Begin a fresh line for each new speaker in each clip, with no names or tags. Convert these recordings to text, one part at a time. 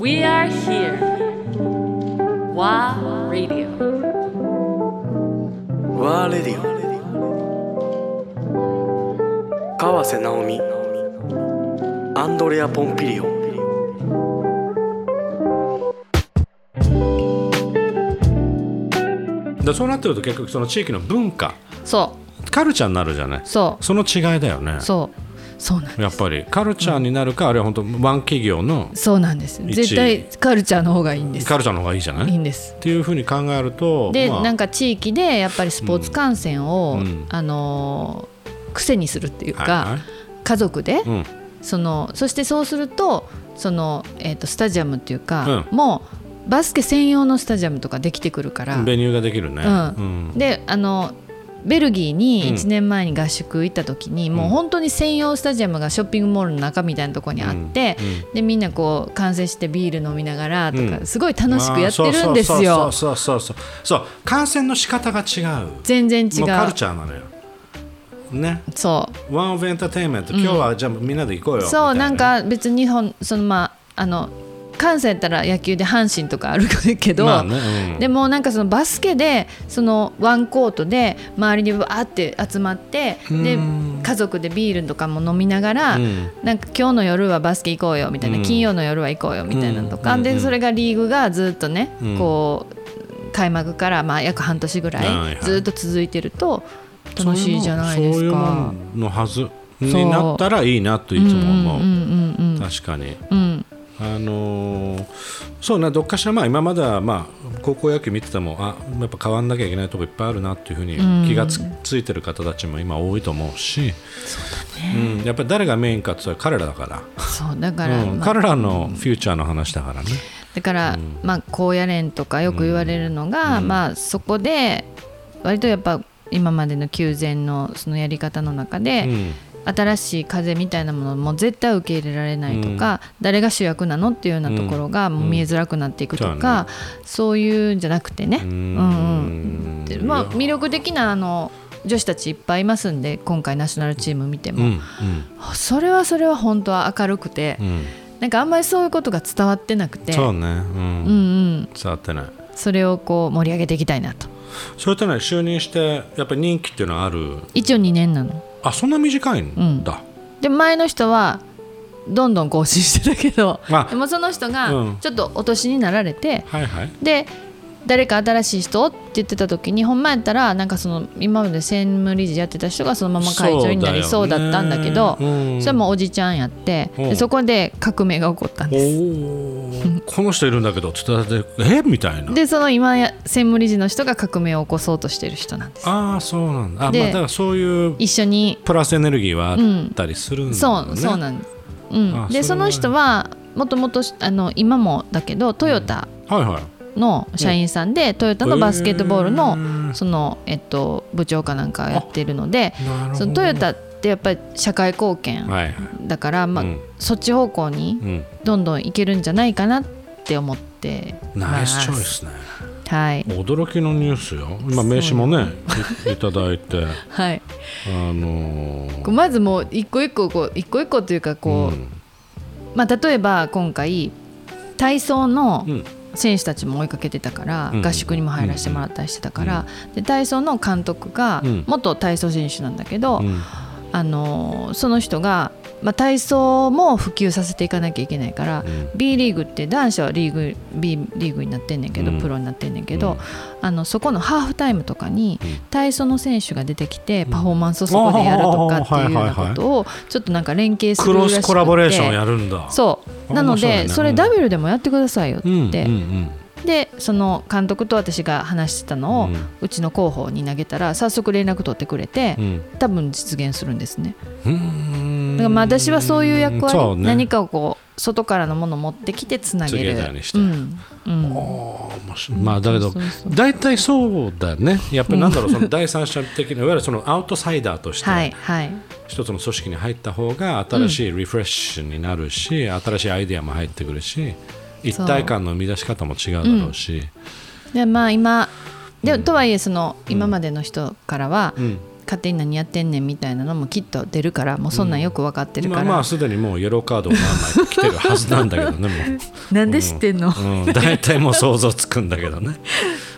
We are here. WA Radio.
ワーレディオ川瀬直美アンドレア・ポンピリオ
でそうなってくると結局その地域の文化
そ
カルチャーになるじゃないう
そう
その違いだよね
そうそうなん
やっぱりカルチャーになるか、あるいは本当ワン企業の
そうなんです
一位
絶対カルチャーの方がいいんです
カルチャーの方がいいじゃない
い
っ
んです
ていうふうに考えると
で、
まあ
なんか地域でやっぱりスポーツ観戦を、
うん
あのー癖にするっていうか、
はいはい
家族で、
うん
そのそしてそうするとその、えー、とスタジアムっていうか、
う
もうバスケ専用のスタジアムとかできてくるから、
ベニューができるね、
うん
うん
であのベルギー
うん
に1年前に合宿行った時に、もう本当に専用スタジアムがショッピングモールの中みたいなところにあって、でみんなこう完成してビール飲みながらとか、
うん
すごい楽しくやってるんです
まあ
よ
そうそうそうそうそうそうそう感染の仕方が違う
全然違
もうカル
う
チャーなのよね
そう
ワンオブエンターテインメント、今日はじゃあみんなで行こうよ
そう
みた
ないんか別に日本そのまああの関西やったら野球で阪神とかあるけど、
まあねうん
でもなんかそのバスケでそのワンコートで周りにわーって集まってで家族でビールとかも飲みながら、
うん
なんか今日の夜はバスケ行こうよみたいな、
うん
金曜の夜は行こうよみたいなのとか、
うん
でそれがリーグがずっとね、
うん
こう開幕からまあ約半年ぐ
は
ら
いはい
いずっと続いてると楽しいじゃないです
そ
か。
ういうもんのはずになったらいいなといつも思う、
うんうんうんうん
確かに
うん
あのーそうなどっかしらまあ今まではまあ高校野球見ててもあやっぱ変わんなきゃいけないとこいっぱいあるなっていうふうに気がつ,、ついてる方たちも今多いと思うしうん、やっぱり誰がメインかって言ったら彼らだか
そうだから、
ら、うん
まあ
彼らのフューチャーの話だからね、
だから、まあ高野連とかよく言われるのが、まあそこで割とやっぱ今までの休戦のそのやり方の中で、
うん
新しい風みたいなものも絶対受け入れられないとか、誰が主役なのっていうようなところがもう見えづらくなっていくとか、そういうんじゃなくてね、うんうんでまあ、魅力的なあの女子たちいっぱいいますんで今回ナショナルチーム見
う
て
ん
も、
うん
それはそれは本当は明るくて、
うん
なんかあんまりそういうことが伝わってなくて
そうね、うん
うんうん、
伝わってない
それをこう盛り上げていきたいなと
それとね就任してやっぱり任期っていうのはある
一応2年なの
あそんな短いんだ、
で前の人はどんどん更新してたけど
あ
でもその人
うん
がちょっとお年になられて、
はいはい
で誰か新しい人って言ってた時にほんまやったらなんかその今まで専務理事やってた人がそのまま会長になりそ
そう
う
だ
だ
よね
ったんだけどそ
うん
れもおじちゃんやって
うん
でそこで革命が起こったん
お
です
ーこの人いるんだけどつって伝えてえみたいな
でその今や専務理事の人が革命を起こそうとしてる人なんです
ああそうなんだあ
で
まあだからそういう
一緒に
プラスエネルギーはあったりするんだ
そ
よね、
うそうなんです、うん
あ、
で
そ
そ
れは
の人はもともとあの今もだけどトヨタ
はいはい
の社員さんで、トヨタのバスケットボール
へー
のその、えっと、部長かなんかやってるので
なるほど
そのトヨタってやっぱり社会貢献
はいはい
だから、まあ
うん
そっち方向に
うん
どんどんいけるんじゃないかなって思って
ナ
ま
イスチ
す。
ョイスね
はい、
驚きのニュースよ今名刺もねいいただい て
はい、
あのー
こうまずもう一個一個こう一個一個というかこう、まあ、例えば今回体操の
うん
選手たちも追いかけてたから、
うん
合宿にも入らせてもらったりしてたから、で体操の監督が
うん
元体操選手なんだけど、
うんうん
あのーその人が、まあ、体操も普及させていかなきゃいけないから、B リーグって男子はリーグ B リーグになってんねんけど、
うん
プロになってんねんけ
う
ど
ん、
あのそこのハーフタイムとかに
うん
体操の選手が出てきてパフォーマンスをそこでやるとかっていうようなことをちょっとなんか連携す
ク
るら
ロ
しくて
スコラボレーションやるんだ
そう
あ
なので
面白いねうん
それダブルでもやってくださいよって、
うんうん
でその監督と私が話してたのを、
う
うんちの広報に投げたら早速連絡取ってくれて、
うん
多分実現するんですね
うんうん
だからまあ私はそういう役割、
そうね
何かをこう外からのものを持ってきてつなげる
つなげたようにして
うんうん、
面白いまあだけど
そうそうそう
大体そうだねやっぱりなんだろうその第三者的ないわゆるそのアウトサイダーとして
はいはい
一つの組織に入った方が新しいリフレッシュになるし、新しいアイデアも入ってくるし一体感の生み出し方も違うだろうし
でまあ今でとはいえその今までの人からは、
うん
勝手に何やってんねんみたいなのもきっと出るからもうそんなんよく分かってる
ま
か
あ
ら、
まあすでにもうイエローカードが何枚か来てるはずなんだけどねもう
なんで知ってんの、
うんうん大体もう想像つくんだけどね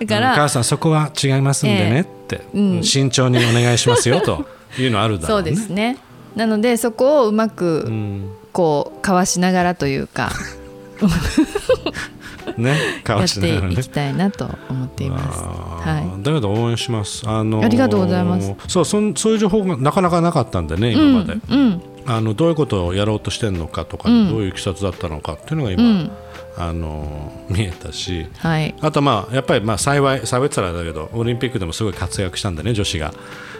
だか
うんお
ら、
母さんそこは違いますんでねって、うん慎重にお願いしますよ というのあるだろ
そうう
ね
ですねなのでそこをうまく、
うん
こうかわしながらとい うか
ねか
や
わ
っ
しながら
て
ね
いきたいなと思っています。
あー
は
だけど応援します。あのー
ありがとうございます。
そう、そんそういう情報がなかなかなかったんでね、
い、う
今まで
ん。うん
あのどういうことをやろうとしてるのかとか、
うん
どういういきさつだったのかっていうのが
う
今、
ん
あのー見えたし。
はい
あとまあやっぱりまあ幸い幸いって言ったらあれだけどオリンピックでもすごい活躍したんでね女子がだか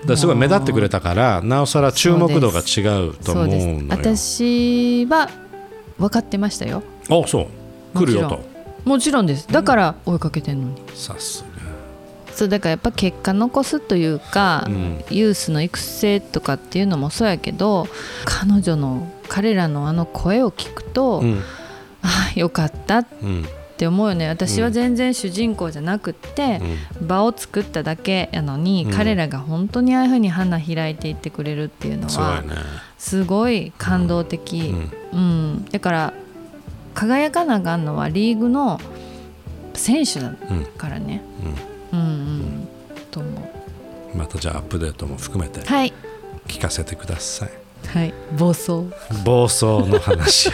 らすごい目立ってくれたからなおさら注目度が違うと思
そうう
の
です
よ
私は分かってましたよ
あそう来るよと
ももちろんですだから追いかけてるのに、
さす
そうだからやっぱ結果残すというか、
うん
ユースの育成とかっていうのもそうやけど彼女の彼らのあの声を聞くと、
がうん
ああよかったっ
うん
て思うよね私は全然主人公じゃなくって、場を作っただけやのに、
うん
彼らが本当にああいうふうに花開いていってくれるっていうの
すご
はい
ね
すごい感動的、うんだから輝かなあかんのはリーグの選手だ
うん
からね、うん、うんと思う
うんまたじゃあアップデートも含めて
はい
聞かせてください
はい暴走
暴走の話を